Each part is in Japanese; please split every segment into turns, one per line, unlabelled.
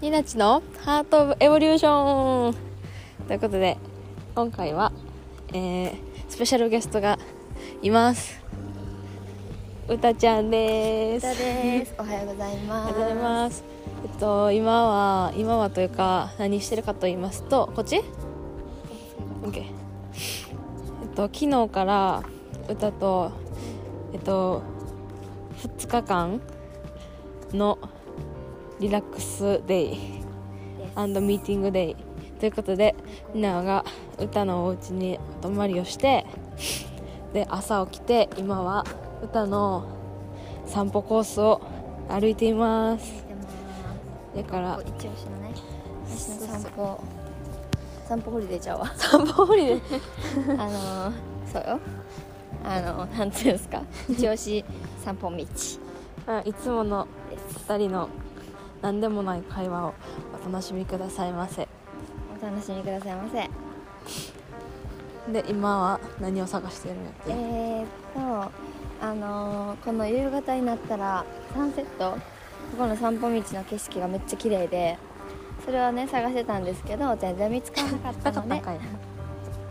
ニナチのハート・オブ・エボリューションということで今回は、えースペシャルゲストがいますうたちゃんです
歌です。おはようござい
お
ま
は
す。
ようございますえっと今は今はというか何してるかと言いますとこっち OK えっと昨日から歌とえっと2日間のリラックスデイアンドミーティングデイということでみんなが歌のお家にお泊まりをしてで朝起きて今は歌の散歩コースを歩いています
で
だ
も
から
ここ一押しのね、私の散歩、散歩ホリデーちゃうわ。
散歩ホリデー
あのーそうよ。あのーなんていうんですか、一押し散歩道です。
あいつもの2人の何でもない会話をお楽しみくださいませ
お楽しみくださいませ。
で今は何を探してるんやっ
え
て
ー、っと、あのーこの夕方になったらサンセット、ここの散歩道の景色がめっちゃ綺麗で、それはね探してたんですけど全然見つからなかった ので、
い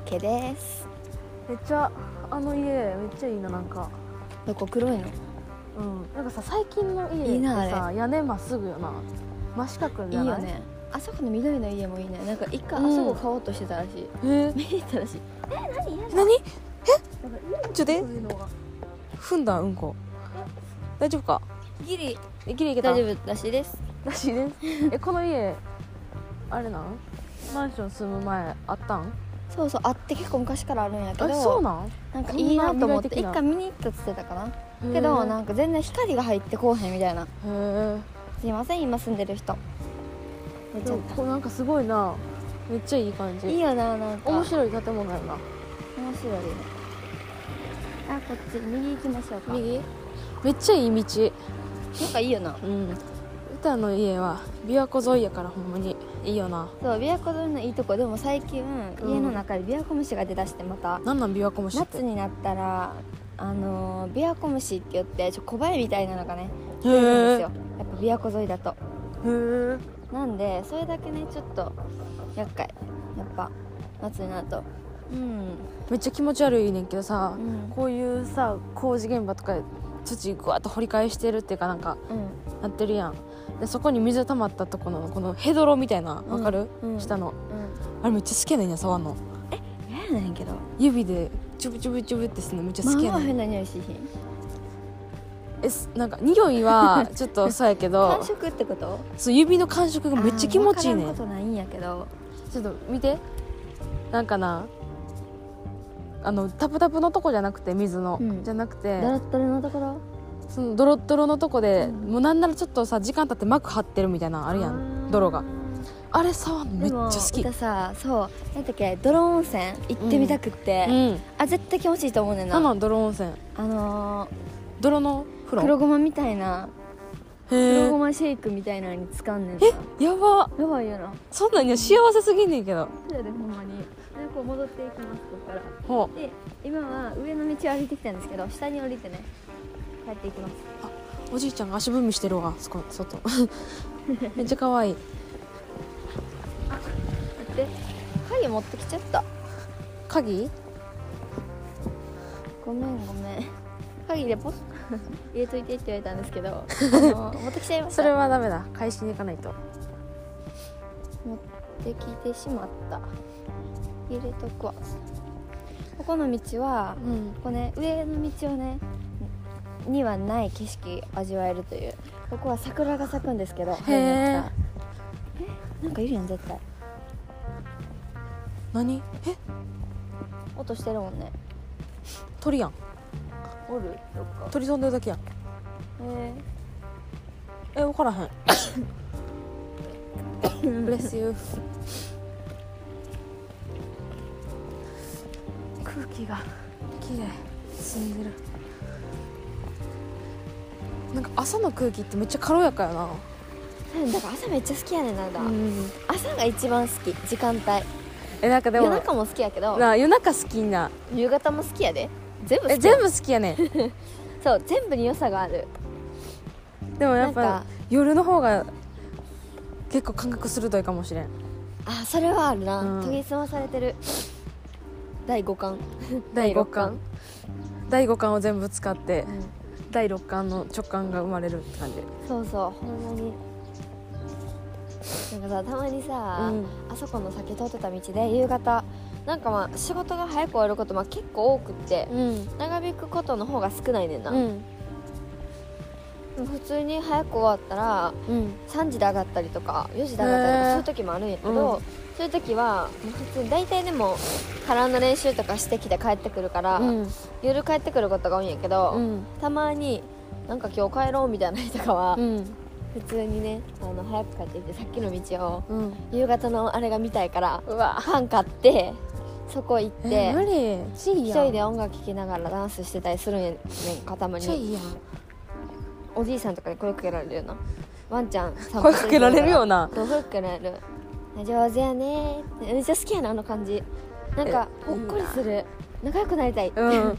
毛です。
めっちゃあの家めっちゃいいななんか
どこ黒いの？
うんなんかさ最近の家
いいな
ってさ屋根まっすぐよな真四角
い
じ
い
ゃな
よ
い
ねあそこの緑の家もいいねなんか一回
うん
あそこ買おうとしてたらしい、
えー
見に行ったらしいえ何嫌
何
なんか
ちょっと
嫌
で
そういうのが
踏んだうんこ大丈夫か
ギリ
えきれいけた
大丈夫らしいです
らしい ですえこの家あれなんマンション住む前あったん
そうそうあって結構昔からあるんやけ
え
ど
そうなん
なんかいいなと思って
そん
一
な
回見に行ったっつってたかなけ
へ
ど
ー
なんか全然光が入ってこうへんみたいな
へえ
すいません今住んでる人めっち
で
ゃ
もこれなんかすごいなめっちゃいい感じ
いいよななんか
面
面白
白い建物やない
あこっち右行きましょうか
右めっちゃいい道
なんかいいよな
うん歌の家は琵琶湖沿いやからほんまにいいよな
そう琵琶湖沿いのいいとこでも最近、
うん
家の中で琵琶湖虫が出だしてまた
なんなん琵琶湖も知って
夏になったらあのー琵琶湖虫って言ってちょ小バエみたいなのがね
へ
出る
え
んです
へ
よやっぱ琵琶湖沿いだと
え
なんでそれだけねちょっと厄介やっぱ夏になるとうん、
めっちゃ気持ち悪いねんけどさ、
うん
こういうさ工事現場とか土ぐわっと掘り返してるっていうかなんか
うん
なってるやんでそこに水溜まったとこのこのヘドロみたいなわかる、
うん
下の
う
あ
ん
れめっちゃ好きやねんや触んの
嫌やねんけど
指でチュブチュブチュブってするのめっちゃ好き
ま
や
あまあ
ねん、
変な匂いしひん
えすなんか匂いはちょっとそうやけど
感触ってこと
そう指の感触がめっちゃ気持ちいいね
あーわ
ん
からんことないんやけど
ちょっと見てなんかなあのタプタプのとこじゃなくて水の、
うん
じゃなくて
ドロッドロのところ
そのドロッドロのとこで、
うん
もうなんならちょっとさ時間経って膜張ってるみたいなのあるやん泥があれ触んのめ
で
っち
も
ゃ好き
歌さそうなんだっけ泥温泉行ってみたくって、
うん
あ絶対気持ちいいと思うねんな
なんなん泥温泉
あの
泥の風
ー、
呂
黒ごまみたいな
へ
黒ご
ー
まシェイクみたいなのに使うんねんなや
えやば
ばいよな
そんなんには幸せすぎんねんけど
そやでほんまにでこう戻っていきますここから
ほう
で今は上の道を歩いてきたんですけど下に降りてね帰っていきます
おじいちゃんが足踏みしてるわそこ外 めっちゃ可愛い
待って鍵持ってきちゃった
鍵
ごめんごめん鍵でポッ 入れといてって言われたんですけど、あのー持ってきちゃいました
それはダメだ返しに行かないと
持ってきてしまった入れとくわここの道は
うん
ここね上の道をねにはない景色味わえるというここは桜が咲くんですけどへえなんかいるやん絶対
何え
音してるもんね
鳥やん
おるどっか
鳥飛んでるだけやん
へ
え分からへん Bless you
え空気が
綺麗澄んでるなんか朝の空気ってめっちゃ軽やかや
だから朝めっちゃ好きやねんなんだ、
なうん
朝が一番好き時間帯
えなんかでも
夜中も好きやけど
な夜中好きな
夕方も好きやで全部好
え
きや
全部好きやねん
そう全部に良さがある
でもやっ
なん
ぱ
か
夜の方が結構感覚鋭いかもしれん
あそれはあるな、
うん
研ぎ澄まされてる第5巻
第5巻第5巻を全部使って第6巻の直感が生まれるって感じ
そうそうほんまになんかさたまにさ、
うん
あそこの先通ってた道で夕方なんかまあ仕事が早く終わることまあ結構多くって、
うん
長引くことの方が少ないねんな、
うん
でも普通に早く終わったら
うん
3時で上がったりとか4時で上がったりと
へ
か
ー
そういう時もあるんやけど、
うん
そういう時はもう普通に大体でもカラーの練習とかしてきて帰ってくるから、
うん
夜帰ってくることが多いんやけど、
うん
たまになんか今日帰ろうみたいな日とかは、
うん
普通にねあの早く帰ってきてさっきの道を
うん
夕方のあれが見たいから
うわ
パン買ってそこ行っ
え
て、
ー無理ちい
一
やん
人で音楽聴きながらダンスしてたりするんやねんかたま
ちょ
に
いやん
おじいさんとかに声かけられるよなワンちゃん散歩
声
す
かけられるよ
な
な
そう声かけられる上手やねめっちゃ好きやなあの感じなんか
え
ほっこりする仲良くなりたい、
うん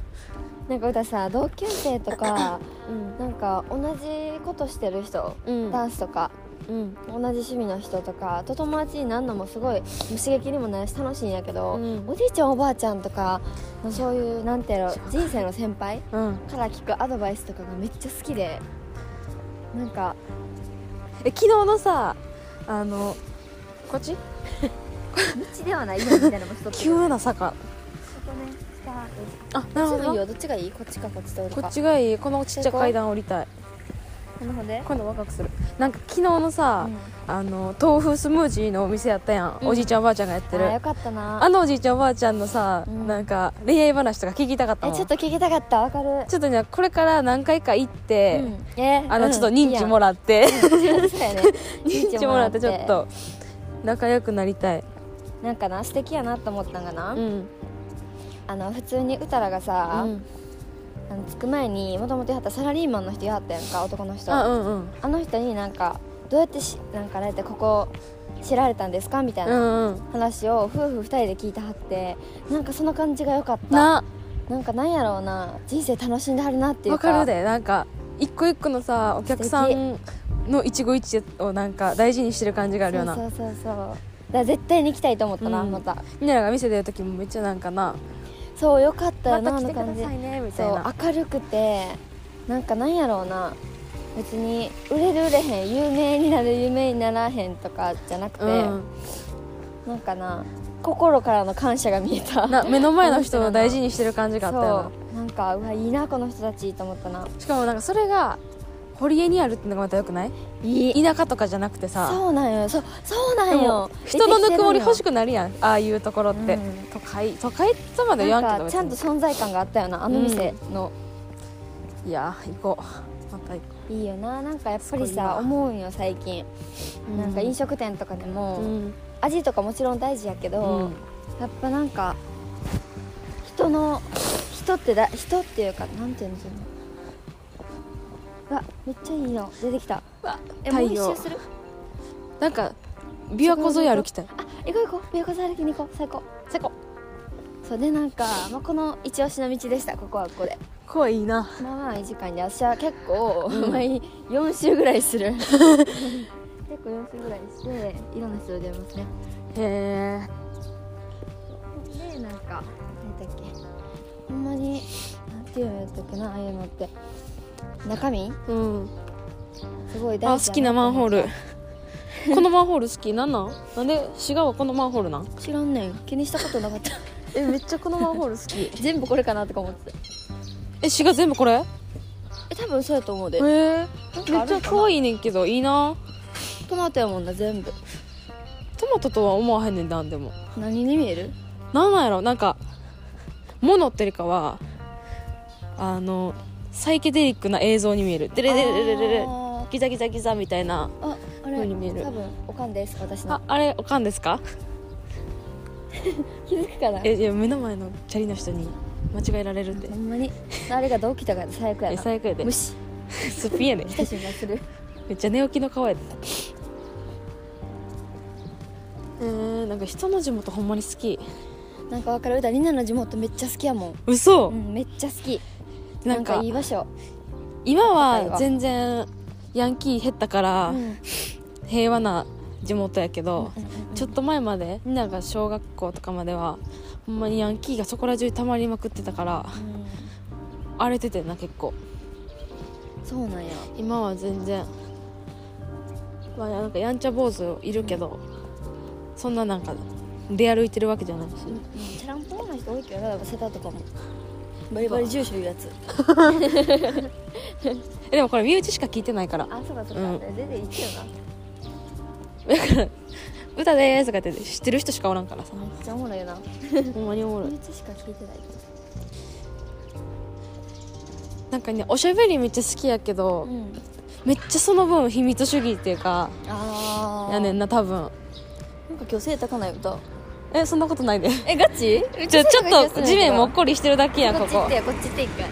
なんか歌さ同級生とか
うん
なんか同じことしてる人
うん
ダンスとか
うん
同じ趣味の人とかと友達になるのもすごい刺激にもなるし楽しいんやけど、
うん
おじいちゃんおばあちゃんとかのそういうなんていうの人生の先輩
うん
から聞くアドバイスとかがめっちゃ好きでなんか
え昨日のさあのこっち
道ではないよみたいなのも一つ
急な坂
そこね下
あなる
ど
ほ
っちもいい
ど
よどっちがいいこっちかこっちと
こっちがいいこのちっちゃい階段降りたい
この方で、
今度若くするなんか昨日のさ、
うん
あの豆腐スムージーのお店やったやん、
うん
おじいちゃんおばあちゃんがやっ
あ
てる
ーよかったな
あのおじいちゃんおばあちゃんのさ、
うん
なんか恋愛話とか聞きたかった
え
もん
ちょっと聞きたかったわかる、
ちょっとねこれから何回か行って、
うんえ
あのちょっと認知もら って、
らって
認知もらってちょっと仲良くなりたい
なんかな素敵やなと思ったんがな、
うん
あの普通にうたらがさ、
うん
あの着く前にもともとやったサラリーマンの人やったやんか男の人
あ
あ
うんうん
の人になんかどうやってしなんかあれてここ知られたんですかみたいうなん
うん
話を夫婦二人で聞いてはってなんかその感じが良かった
な
なんかなんやろうな人生楽しんではるなっていう
わ
か
かるでなんか一個一個のさお客さんの一期一会をなんか大事にしてる感じがあるよな
そうそうそうそうだから絶対に行きたいと思ったな、
うん
また
みんならが見せてる時もめっちゃなんかな
そうよかったよ
ま
な、
た来て
あの
くだ
感じ
さいねみたい
そ
な
う明るくてなんかなんやろうな別に売れる売れへん有名になる有名にならへんとかじゃなくて、
うん
なんかな心からの感謝が見えた
な目の前の人を大事にしてる感じがあったよ
そうなんかうわいいなこの人たちと思ったな
なしかもなんかそれが堀江にあるってのがまたよくない
い
田舎とかじゃなくてさ
そうなんよそうそうな
で
ん
も
よ
人のぬくもり欲し
く
くなるやんああいうところって、
うん
都会都会とまでは言わん
な
けど
んか
別
ちゃんと存在感があったよなあの店の、
にいやー行こうまた行こ
いいよななんかやっぱり
すごいわ
さ思うんよ最近、
う
なんか飲食店とかでも、味とかもちろん大事やけ
うん
ど、やっぱなんか人の人ってだ人っていうかなんていうんですよねうわめっちゃいいの出てきたえも
太
う一
陽
周する
なんか琵琶湖沿い歩きたい
あ行こう行こう琵琶湖歩きに行こう最高
最高
そうでなんか、まあ、この一押しの道でしたここはここで
怖いいな
まあまあいい時間で私は結構毎4周ぐらいす る結構4周ぐらいしていろんな人と出会いますね
へえ
でなんか何だっけほんまになんていうんやったっけなああいうのって中身
うん
すごい大事
あ好きなマンホー ルこのマンホール好きなんなんなんで滋賀はこのマンホールなん
知らんねん気にしたことなかった
えめっちゃこのマンホール好き
全部これかなとか思ってた
え滋賀全部これ
え多分そうやと思う
へ
で
え
なんか
め
あ
っ
る
ちゃ可愛いねんけどいいな
トマトやもんな全部
トマトとは思わへんねんなんでも
何に見える
なんなんやろなんか物っていうよりかはあのサイケデリックな映像に見えるデレデレデレデレ
あー
ギザギザギザみたいな
ああれ
風に見える
多分おかんです私の
ああれおかんですか
気づくかな
えいや目の前のチャリの人に間違えられるって
ほんまにあれがどう来たか最悪や
え
な
最悪やで
無 視
すっぴんやね
来た瞬間する
めっちゃ寝起きの顔やでえー、なんか人の地元ほんまに好き
なんかわかるだりんなの地元めっちゃ好きやもん
嘘、
うんめっちゃ好き
な
なんん
か
かいい場所
今は全然ヤンキー減ったから、
うん
平和な地元やけど、ちょっと前までみんなが小学校とかまではほんまにヤンキーがそこら中に溜まりまくってたから
うん
荒れててんな結構
そうなんや
今は全然まあなんかやんちゃ坊主いるけど、そんななんか出歩いてるわけじゃないし、
チャランポーンな人多いけどなだから世田とかもバリバリ住所いうやつ
えでもこれ身内しか聞いてないから
あそうかそう
う
か
ん
全然言ってよな
「歌でーす」とか言って知ってる人しかおらんからさ
めっちゃおもろいよな
ほんまにおもろい
身内しか聞いてない
なんかねおしゃべりめっちゃ好きやけど、
ん
めっちゃその分秘密主義っていうか
ああ
やねんな多分
なんか今日背高ない歌
えそんなことないで
えガチ
ちょちょっと地面もっこりしてるだけ
り
やん
こ
こ
っち行
こ
ってよこっち行って一回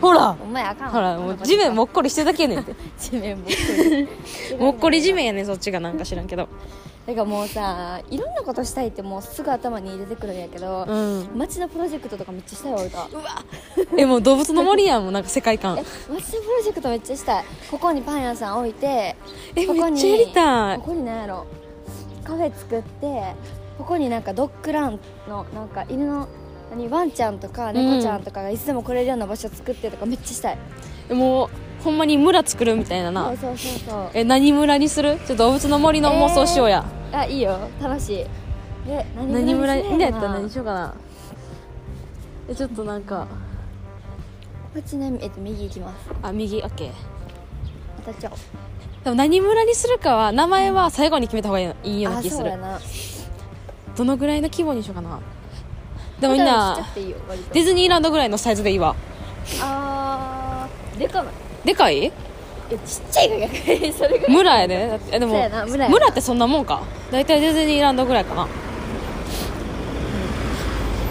ほら
お前あかん
ほらもう地面も
っ
っこりしてるだけやね んって
地面もっこり
もっこり地面やねんそっちがなんか知らんけど
だからもうさいろんなことしたいってもうすぐ頭に出てくるんやけど、
うん
街のプロジェクトとかめっちゃしたいわ歌
えもう動物の森やんもうなんか世界観
え町のプロジェクトめっちゃしたいここにパン屋さん置いて
え
ここ
めっ
に
ちゃやりたい
ここに何やろカフェ作ってここになんかドッグランのなんか犬の何ワンちゃんとか猫ちゃんとかがいつでも来れるような場所作ってとかめっちゃしたい、
えもうほんまに村作るみたいなな
そうそうそうそう
え何村にするちょっと動物の森の妄想しようや、
あいいよ楽しいで
何村に
に
みんなやったら何しようかなえちょっとなんか
こっちねえっと右行きます
あ右 OK
当たっちゃおう
でも何村にするかは名前は最後に決めた方がいいような
あ
気す
そう
る
やな
どのぐらいの規模にしようかなでもみん
ちっちゃ
な
くていいよ割と
ディズニーランドぐらいのサイズでいいわ
あーでかない
でかい
えちっちゃいが逆にそれぐらい
村やでだってえでも
そうやな村やな
ってそんなもんか大体ディズニーランドぐらいかな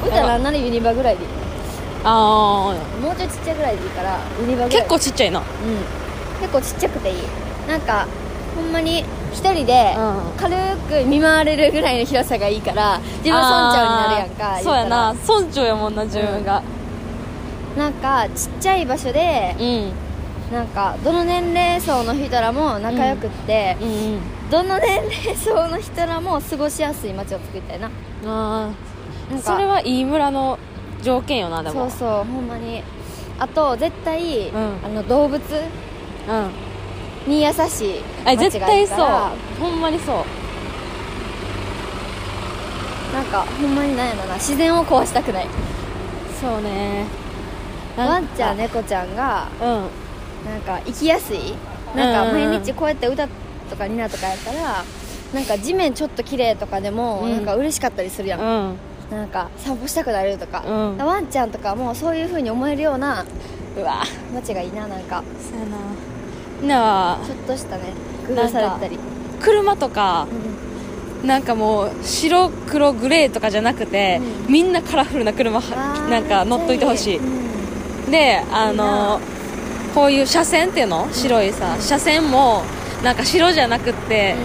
歌なんならユニバぐらいでいい
あ
もうちょいちっちゃいぐらいでいいからユ
ー
ニバぐらい
結構ちっちゃいな
うん結構ちっちゃくていいなんかほんまに一人で
うん
軽く見回れるぐらいの広さがいいから自分村長になるやんか
あー
言
そうや
た
な
ら
村長やもんな自分が
なんかちっちゃい場所で
うん
なんかどの年齢層の人らも仲良くって、
うんうん
どの年齢層の人らも過ごしやすい街を作りたいな
あ
な
あ
んか
それはいい村の条件よなで
そ
も
うそうほんまにあと絶対、
うん
あの動物
うん
に優しい
え
街
絶
がい
対
い
そ
か
う
ら
ほんまにそう
なんかほんまになんやろな自然を壊したくない
そうね
ワンちゃん
ね
猫ちゃんが
うん
なんか生きやすいなんか
うんうんうん
毎日こうやって歌とかニナとかやったらなんか地面ちょっと綺麗とかでも
うん
なんか嬉しかったりするやん、
うん
なんか散歩したくなるとか,、
うん
ワンちゃんとかもそういう風に思えるような
うわ
街がいいななんか
そうやなみんなは
ちょっとしたね工夫されてたり、
車とか
うん
なんかもう白黒グレーとかじゃなくて、
うん
みんなカラフルな車
あ
は
ー
なんか乗っといてほしい
うん
であの
い
こういう車線っていうの白いさ車線もなんか白じゃなくって、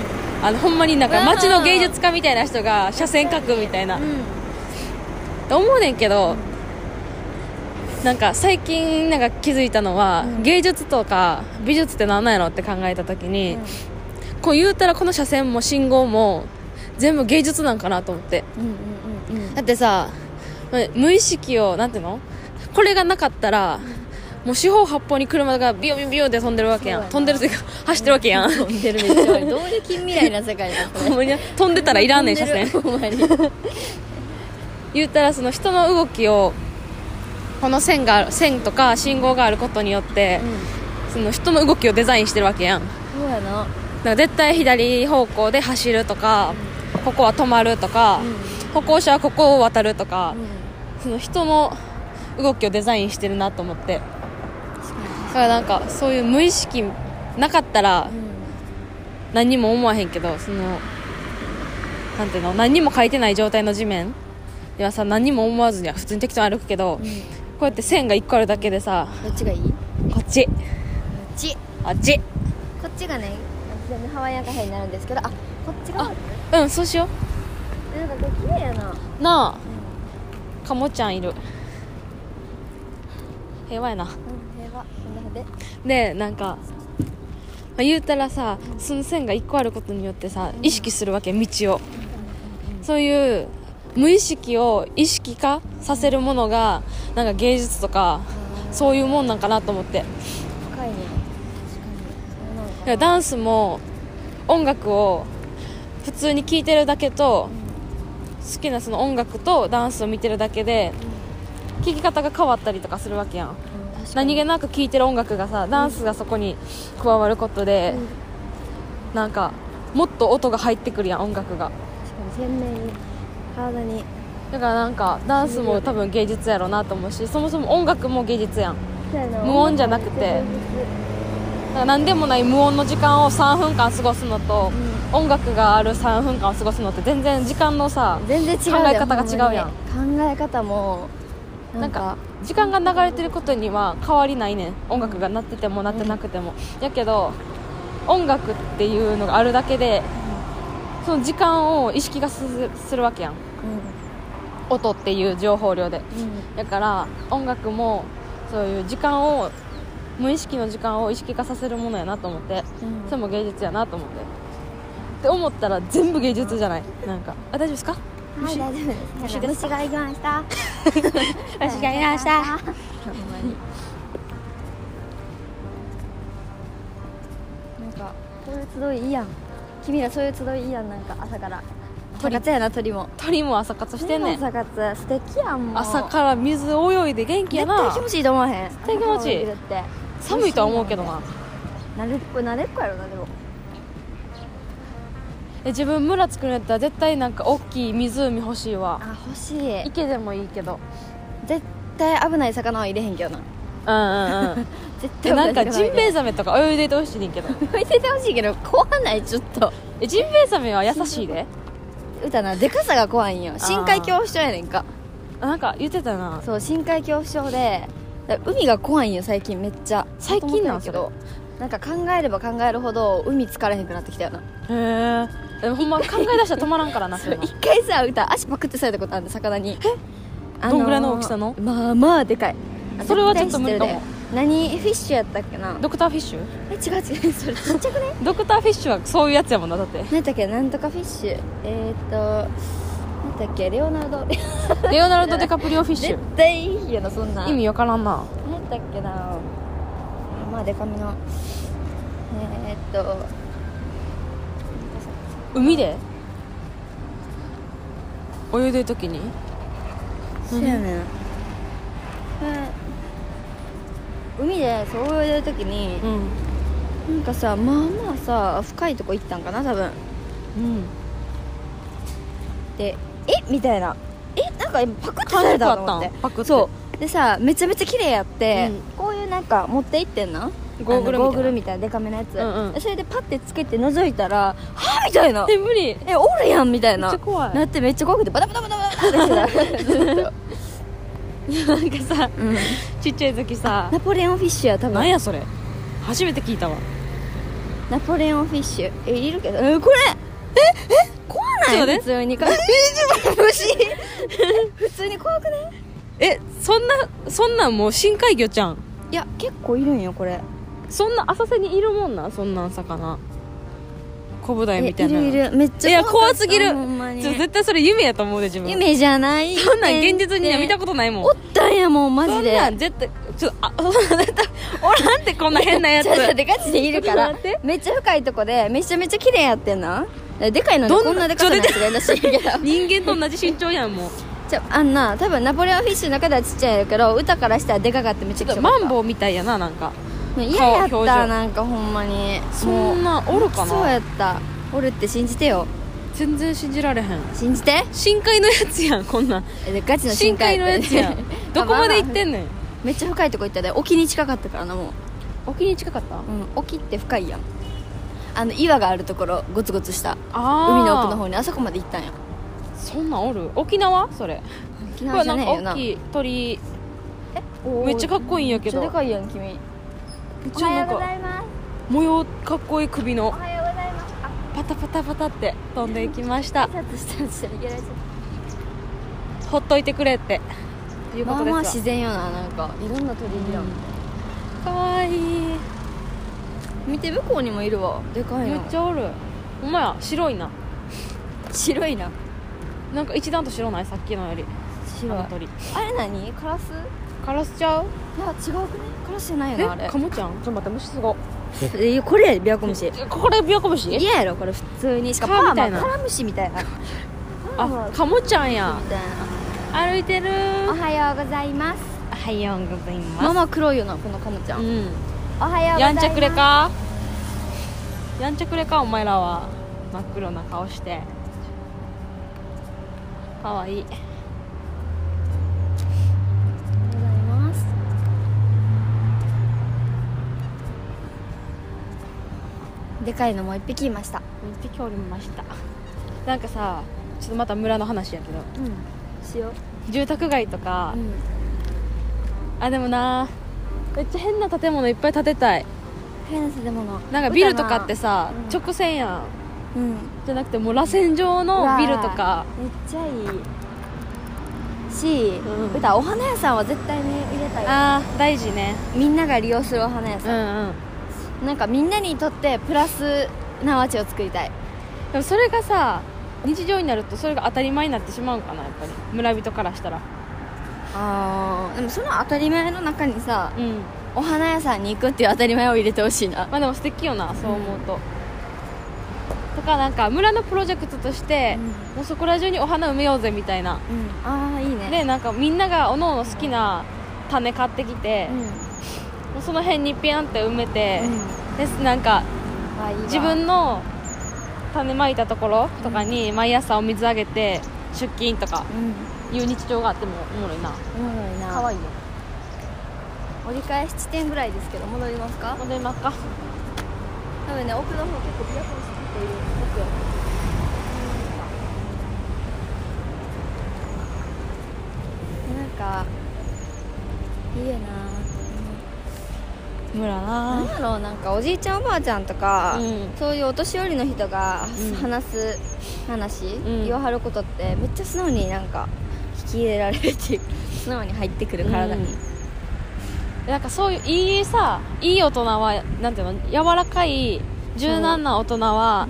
あのほんまになん
う
か
わー
街の芸術家みたいな人が車線描くみたいな、
うん
と思うねんけどなんか最近なんか気づいたのは、
うん
芸術とか美術って何なんやろって考えた時に、こう言うたらこの車線も信号も全部芸術なんかなと思って
うんうんう んうん
だってさ無意識をなんていうのこれがなかったらもう四方八方に車がビヨビヨビヨで飛んでるわけやん
そ
飛
うやな
んでるというか走ってるわけやん、
飛んでるめっちゃどういう近未来な世界なの
ほん まに飛んでたらいらんねん車線
飛んでるほんまに
言ったらその人の動きをこの線がある線とか信号があることによって、その人の動きをデザインしてるわけやんだか
そうやな
ら絶対左方向で走るとか、ここは止まるとか、歩行者はここを渡るとか、その人の動きをデザインしてるなと思ってだからなんかそういう無意識なかったら何にも思わへんけどそのなんていうの何にも書いてない状態の地面ではさ何にも思わずには普通に適当に歩くけど、こうやって線が1個あるだけでさ
どっちがいいこ
こっち
っちこ
あっち
っちがね全部ハワイアンカフェになるんですけどあこっちが
あうんそうしよ
なんかこれ綺麗やな
うなあかもちゃんいる平和やな
うん平和こんな派手
でなんかあ言うたらさその線が1個あることによってさ意識するわけ道をそういう無意識を意識化させるものがなんか芸術とかそういうもんなんかなと思って
深いねそうなのか
だからダンスも音楽を普通に聴いてるだけと好きなその音楽とダンスを見てるだけで聴き方が変わったりとかするわけやん
なうん
何気
確
なく聴いてる音楽がさダンスがそこに加わることで、なんかもっと音が入ってくるやん音楽が
かに鮮明に体に
だからなんかダンスも多分芸術やろうなと思うしそもそも音楽も芸術やん無音じゃなくてだから何でもない無音の時間を3分間過ごすのと、音楽がある3分間を過ごすのって全然時間のさ
全然違う
考え方が違うやん
ん考え方も
な
なんん
か
か
時間が流れてることには変わりないねん音楽が鳴ってても鳴ってなくても、やけど音楽っていうのがあるだけで、その時間を意識がすするわけやん音っていう情報量で
うんうん
だから音楽もそういう時間を無意識の時間を意識化させるものやなと思って
うん
それも芸術やなと思ってって思ったら全部芸術じゃないなんかあ大丈夫ですか
はい、大丈夫です。
虫です
虫がいました。
私がいました
ほんまに。なんか、こういう集いいいやん。君らそういう集いいいやん、なんか朝から。朝活やな、鳥も。
鳥も朝活してんねん
朝活、素敵やん、もう。
朝から水泳いで元気や
絶対
な
気持ちいいと思わへん。絶
対気持ちいい
って。
寒いとは思うけどな
慣れっこ、慣れっこやろな、でも。
え自分村作るんやったら絶対なんか大きい湖欲しいわ
あ、欲しい。
池でもいいけど
絶対危ない魚は入れへんけど
うんうん
な。
うん
絶対
え
危な
ないんかジンベエ
ザ
ザメとか泳いでてほしいねん けど
メ。見ててほしいけど、怖ない、ちょっと。
えジンベエザメは優しい で
歌なでかさが怖いんよ深海恐怖症やねんか
あなんか言ってたな
そう深海恐怖症でだから海が怖いんよ最近めっちゃ
最近なん
だけどなんか考えれば考えるほど海疲れへんくなってきたよな
へえほんま考え出したら止まらんからな そ
そう
れ
一回さ歌足パクってされたことあるんで魚にえ
どんぐらいの大きさの
まあまあでかいあ
それは
絶対知
ちょっと無理
て
かも
るで何フィッシュやったっけな
ドクターフィッシュ
え違う違 うそれちっちゃくね
ドクターフィッシュはそういうやつやもんなだ って
何だっけ なんとかフィッシュえー、っと何だっけレオナルド
レオナルド・デカプリオフィッシ
絶
ュ
対いいよなそんなん
意味わからんな
何やったっけなまあデカめのえー、っと
海で泳いでる時に
そうやねん海でそう泳いでる時に
う、ん
なんかさまあまあさ深いとこ行ったんかな多分
うん
でえみたいなえなんか今パクってさ
感触
れた
あ
と
っ
思
た
っ
ん
て
パクって
そうでさめちゃめちゃ綺麗やって、
うん
こういうなんか持って行ってんな
ゴーグルみたいな
あのゴーグルみたいなデカめのやつ、
うんうん
それでパッてつけて覗いたら「はあ!」みたいな
え無理
えおるやんみたいな
めっちゃ怖い
なってめっちゃ怖くてバタバタバタバタってしてたずっと
なんかさ
うん
ちっちゃい時さ
ナポレオンフィッシュや多
なん
分
やそれ初めて聞いたわ
ナポレオンフィッシュえいるけどえこれええ怖
ちょっと
な
ね
い普通に か虫 普通に怖くない
えそんなそんなんもう深海魚ちゃん
いや結構いるんよこれ
そんな浅瀬にいるもんなそんなん魚コブダイ
え
みたい
い
な
るいるめっちゃ
いや怖すぎる
ほんまに
ちょ絶対それ夢やと思うで自分
夢じゃない
そんなん現実には見たことないもん
おったんやもんマジで
そんなん絶対ちょっとあ 絶対おらんってこんな変なやつ
ちょっと待ってガチでいるか
ち
ら
ょっと待っ
めっちゃ深いとこでめちゃめちゃ綺麗やってんなでかいのに
どんな
こんなでかくないやつがいるらしいけど
人間と同じ身長やんもう
ちょあんな多分ナポレオンフィッシュの中ではちっちゃいやけど歌からしたらでかかってめっちゃくちゃ
マンボウみたいやななんか
ウ嫌やっ
顔表情
たなんかほんまに
そんなおるかな
そうやったおるって信じてよ
全然信じられへん
信じて
深海のやつやんこんなん
えガチの
深
深海
海のやつやん どこまで行ってんねん
めっちゃ深いとこ行ったで沖に近かったからなもう、
沖に近かった
うん、沖って深いやんあの岩があるところゴツゴツした
あ
海の奥の
方
方にあそこまで行ったんや
そんなんおる沖縄それ
沖
これ
縄じ
な
ゃ
ん
ね
か
えよな
大きい鳥
おー
めっちゃかっこいいんやけど
めっちゃでかいやん君
一応なんか
います
模様かっこいい首の
おはようございますあ
パタパタパタって飛んでいきました
挨拶したらしたらいけない
ほっといてくれっていうこ
まあ
とです
ま
わ
あ自然よななんかいろんな鳥いるやん、
かわいい
見て向こうにもいるわでかい
め
な
っちゃおるほんまや白いな
白いな
なんか一段と白ないさっきのよりあ
白い
の鳥
あれ何カラスい
カラスちゃう
や違うくねカラスじゃないよ
え
なあれ
カモちゃんちょっと待って虫すご
えこれやでビワコムシ
これビワコムシ
嫌やろこれ普通にしかも
カー
パー
みたい
マ
な
カラムシみたいなパーマ
あカモちゃんや
みたいな
歩いてる
おはようございます
おはようござい
マ
ま
マ黒いよなこのカモちゃ
うんん
おはようござ
や
い
ん
ま
ち
す
ゃくれかやんちゃくれかお前らは真っ黒な顔してかわいい
おはようございますでかいのもう一匹いました
一匹おりましたなんかさちょっとまた村の話やけど
うんしよ
住宅街とか、
う、ん、
あでもなめっちゃ変な建物いっぱい建てたい
変な建物
なんかビルとかってさ、
うん
直線やん
うんめっ
じゃなくてもう螺旋状のビルと
う
か
ちゃいいし、
うん
歌お花屋さんは絶対に入れたい
あー大事ね
みんなが利用するお花屋
う
さん、
んうん
なんかみんなにとってプラスな街を作りたい
でもそれがさ日常になるとそれが当たり前になってしまうんかなやっぱり村人からしたら
あーでもその当たり前の中にさ
うん
お花屋さんに行くっていう当たり前を入れてほしいな
まあでも素敵よなそう思うと、とかなんか村のプロジェクトとして、
うん
もうそこら中にお花埋めようぜみたいな
うんああいいね
でなんかみんながおのおの好きな種買ってきて、
うん
もうその辺にピャンって埋めて、
う
ですなんか
んあいいわ
自分の種まいたところとかに毎朝お水あげて出勤とか
うん
いう日常があってもおもろいな
おもろいな
可愛い
い
よ
折り返し地点ぐらいですけど戻りますか
戻りますか
多分ね奥の方結構ビラコンしっている奥よなんかいいよ
村
ななん
な
やろうなんかおじいちゃんおばあちゃんとか、
うん
そういうお年寄りの人が
うん
話す話、
ん
言わはることってめっちゃ素直になんか聞き入れられるっていう素直に入ってくる体に、
うんなんかそういういいさいい大人はなんていうの柔らかい柔軟な大人は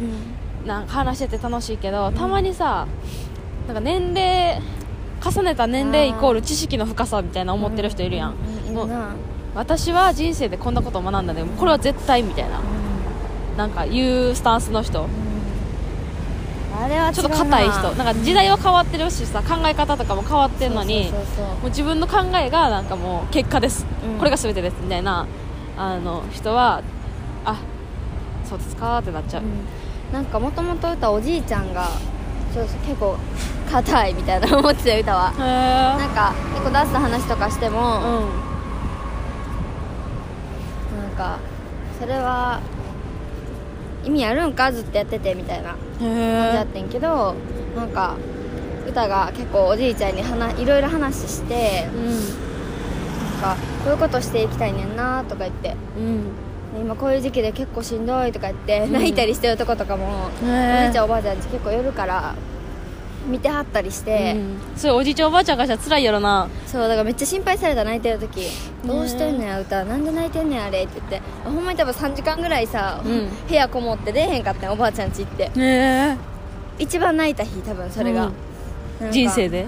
なんか話してて楽しいけど、たまにさなんか年齢重ねた年齢イコール知識の深さみたいな思ってる人いるやん、
ういるな、
私は人生でこんなことを学んだねこれは絶対みたいななんかいうスタンスの人
あれは
ちょっと硬い人
違う
なんか時代は変わってるしさ考え方とかも変わってるのに
そうそうそう
もう自分の考えがなんかもう結果です、
うん
これが全てですみたいなあの人はあそうですかってなっちゃ
そう
う、
うんなんかもともと歌おじいちゃんがそうそう結構硬いみたいな思ってた歌は
へえ
なんか結構ダンスの話とかして
う
も、
ん
なんかそれは意味あるんかずっとやっててみたいな
へ
感じや
え
ってんけどなんか歌が結構おじいちゃんに話いろいろ話してなんかこういうことしていきたいねんなとか言って
うん
今こういう時期で結構しんどいとか言って
ん
泣いたりしてるとことかも、
うん
おじいち
ん
ゃんおばあちゃんち結構夜から見てはったりして、
そういうおじいちゃんおばあちゃんからしたら辛いやろな
そうだからめっちゃ心配された泣いてる時「どうしてんねん歌なんで泣いてんねんあれ」って言ってほんまに多分3時間ぐらいさ、
うん
部屋こもって出えへんかったんおばあちゃんち行って
へえ
一番泣いた日多分それ
う
が、
ん
なんか
人生で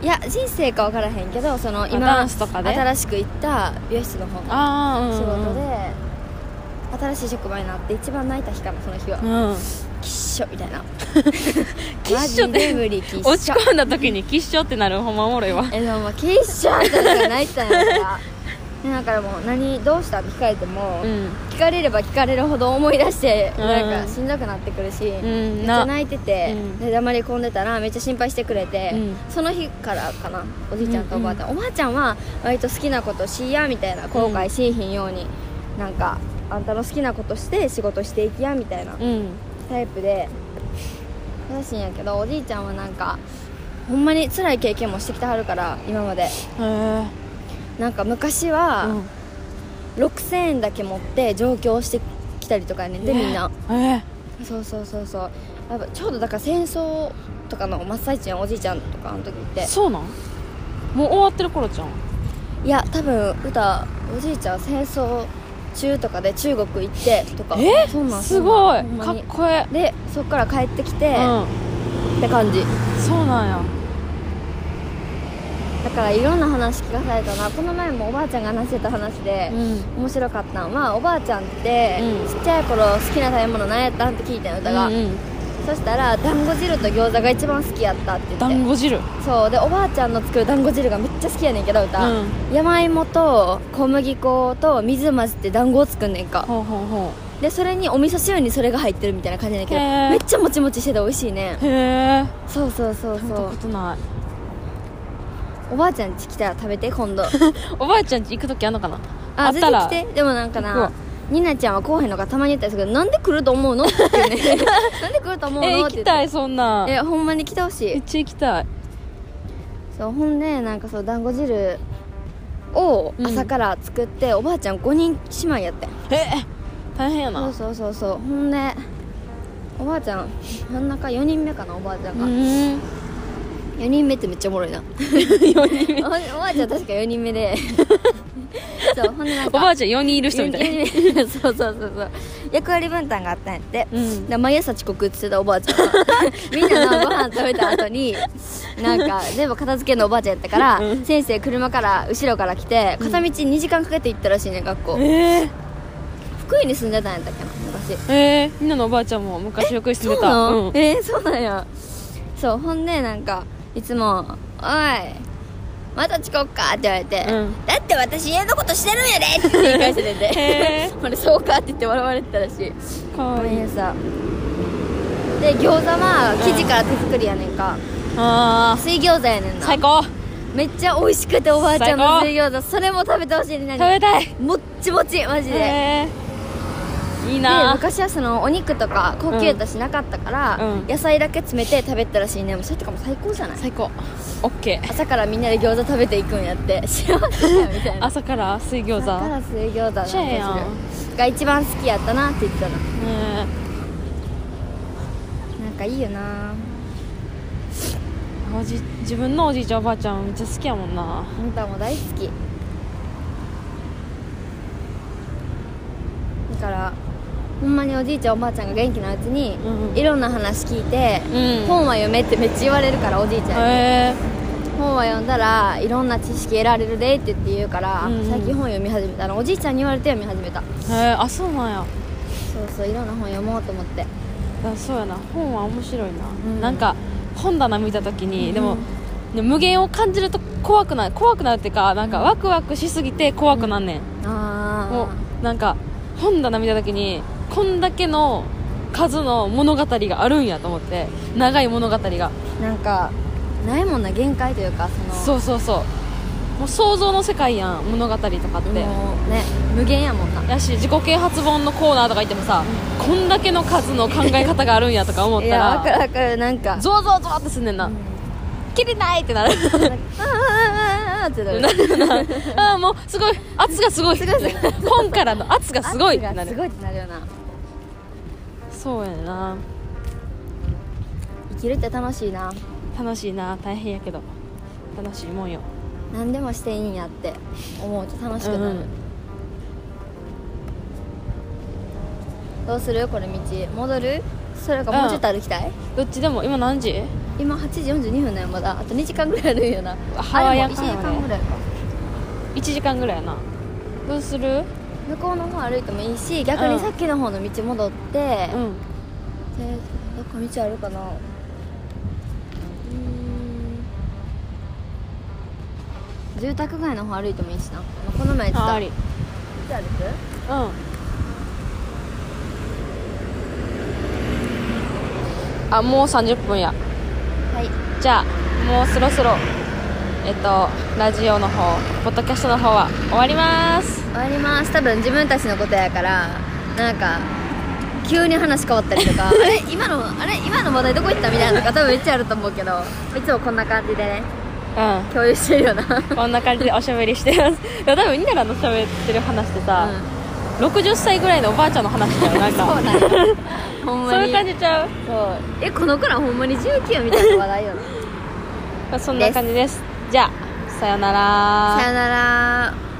いや人生か分からへんけどその今
ダンスとかで
新しく行った美容室の方の
ああうん
仕事で、新しい職場になって一番泣いた日かなその日は、
うん
きっしょみたいな
きっしょ
マ
っ
ジで
て
無理きっ
落
し
ち
ょ
込んだ時にきっしょってなるほんまおもろいわ
えでもまあきっしょみたいなのが泣いてたんやからでだからもう何どうしたって聞かれても、
うん
聞かれれば聞かれるほど思い出して、
うん
なんかしんどくなってくるし、
ん
めっち
な
ゃ泣いてて、
うん
で黙り込んでたらめっちゃ心配してくれて、
うん
その日からかなおじいちゃんとおばあちゃん、おばあちゃんは割と好きなことしいやみたいな後悔しいひんように、なんかあんたの好きなことして仕事していきやみたいな
うん
タイプで正しいんやけどおじいちゃんはなんかほんまに辛い経験もしてきてはるから今まで
へえ
なんか昔は、6000円だけ持って上京してきたりとかねでみんな
え
そうそうそうそうやっぱちょうどだから戦争とかの真っ最中のおじいちゃんとかの時って
そうなんもう終わってる頃じゃん
いや多分歌おじいちゃんは戦争中とかで中国行ってとか
え
そうなん
すごい
ほんま
かっ
に
こえ
でそっから帰ってきて、
えう
っ
ん
て感じ
そうなんや
だからいろんな話聞かされたなこの前もおばあちゃんが話してた話で、
うん
面白かったんはおばあちゃんって、
うん
ちっちゃい頃好きな食べ物何やったんって聞いたの歌が、
うんうん
そしたら団子汁と餃子が一番好きやったって言
団
って
子汁
そうでおばあちゃんの作る団子汁がめっちゃ好きやねんけど歌、
うん
山芋と小麦粉と水混じって団子を作んねんか
ほうほうほ
でそれにお味噌汁にそれが入ってるみたいな感じやねんけど
へー
めっちゃもちもちしてて美味しいね
うへえ
そうそうそう
食べ
そ
たこ
う
とない
おばあちゃん家来たら食べて今度
おばあちゃん家行く時あんのかな
あ
あったら
出てきてでもなんか
行く
な
わ
ニナちゃんは来おへんのかたまに言ったりするけどなんで来ると思うのって言うね なんで来ると思うの
え行
って言
き
って
たいそんなん
えほんまに来てほし
めっ
い
ちゃ行きたい
そうほんでなんかそう団子汁を
うん
朝から作って、おばあちゃん5人姉妹やってん
え大変やな
そう
う
そうそうそうほんでおばあちゃん真ん中4人目かなおばあちゃんが、
ーん
4人目ってめっちゃおもろ いな おおばあちゃん確か4人目でそうほんでなん
お
か
ばあちゃん4人いる 人みたい
4人目そうそうそうそう役割分担があったんやって、
うん
で毎朝遅刻してたおばあちゃんは みんなのご飯食べた後になんか全部片付けるのおばあちゃんやったから、
うん
先生車から後ろから来て片道2時間かけて行ったらしいね学校、
え
福井に住んでたんやったっけな昔
ー、えー、みんなのおばあちゃんも昔よく住んでた
そうな
ん
のえーそうなんやそうほんでなんかいつも「おいまた遅刻か」って言われて「
うん
だって私家のことしてるんやで」って言い返してて
へ
これそうか」って言って笑われてたらしい
かわいい
毎朝で餃子は生地から手作りやねんか
あ
水餃子やねん
ー
な
最高
めっちゃ美味しくておばあちゃんの
最
水餃子それも食べてほしいねな
食べたい
もっちもちマジで、
えー、いい
で
な
昔はそのお肉とか高級だしなかったから、
うんうん
野菜だけ詰めて食べてたらしいねもうそれとかも最高じゃない
最高オッケー
朝からみんなで餃子食べていくんやって 幸せやみたいな
朝から水餃
朝か
子
ら水餃子なんです
シェーや
よが一番好きやったなって言ってたの
ね
なんかいいよな
えおじ自分のおじいちゃんおばあちゃんめっちゃ好きやもんな
あんたも大好きだからほんまにおじいちゃんおばあちゃんが元気なうちに、
うん
いろんな話聞いて、
うん
本は読めってめっちゃ言われるからおじいちゃんに、
え
本は読んだらいろんな知識得られるでって言って言うから、
うんうん
最近本読み始めたのおじいちゃんに言われて読み始めた
ー、えー、あそうなんや
そうそういろんな本読もうと思って
あそうやな本は面白いな、
ん
なんか本棚見た時に、
うん
でもでも無限を感じると怖くない怖くなるっていうかなんかワクワクしすぎて怖くなんねん、
あ
もうなんか本棚見た時にこんだけの数の物語があるんやと思って長い物語が
なんかないもんな限界というかその
そうそうそうもう想像の世界やん物語とかって、
もうね無限やもんな
やし自己啓発本のコーナーとか行ってもさ、こんだけの数の考え方があるんやとか思った
いやわからるわかるなんか
ゾワゾワゾワってすんねんな、切れないってなる
ああああああってなる
あーもうすごい圧がすごい本からの圧がすごいってな
す
る
ごいってなるよな
そうやな
生きるって楽しいな
楽しいな大変やけど楽しいもんよ
何でもしていいんやって思うと楽しくなる、どうするこれ道戻るそれかもうちょっと歩きたい、
どっちでも今何時
今8時42分だよまだあと2時間ぐらいあるんよな
ハワイアン
1
カー
時
やね
間ぐらいか
?1 時間ぐらいやなどうする
向こうの方歩いてもいいし逆
う
に
ん
さっきの方の道戻って、え
うん
どっか道あるかなうーん住宅街の方歩いてもいいしなあのこの前言って
あ
た
あり
こっち歩く
うんあもう30分や
はい
じゃあもうそろそろえっとラジオの方ポッドキャストの方は終わります
終わります多分自分たちのことやからなんか急に話変わったりと かあれ今のあれ今の話題どこ行ったみたいなのとか多分めっちゃあると思うけどいつもこんな感じでね
うん
共有してるよな、うん、
こんな感じでおしゃべりしてます いや多分ニナラのしゃべってる話ってさ、60歳ぐらいのおばあちゃんの話だよなん
そう
か
なんや ほんまに
そういう感じちゃう
そうえこの子らほんまに19みたいな話題よな
まあそんな感じですじゃあさよなら
さよなら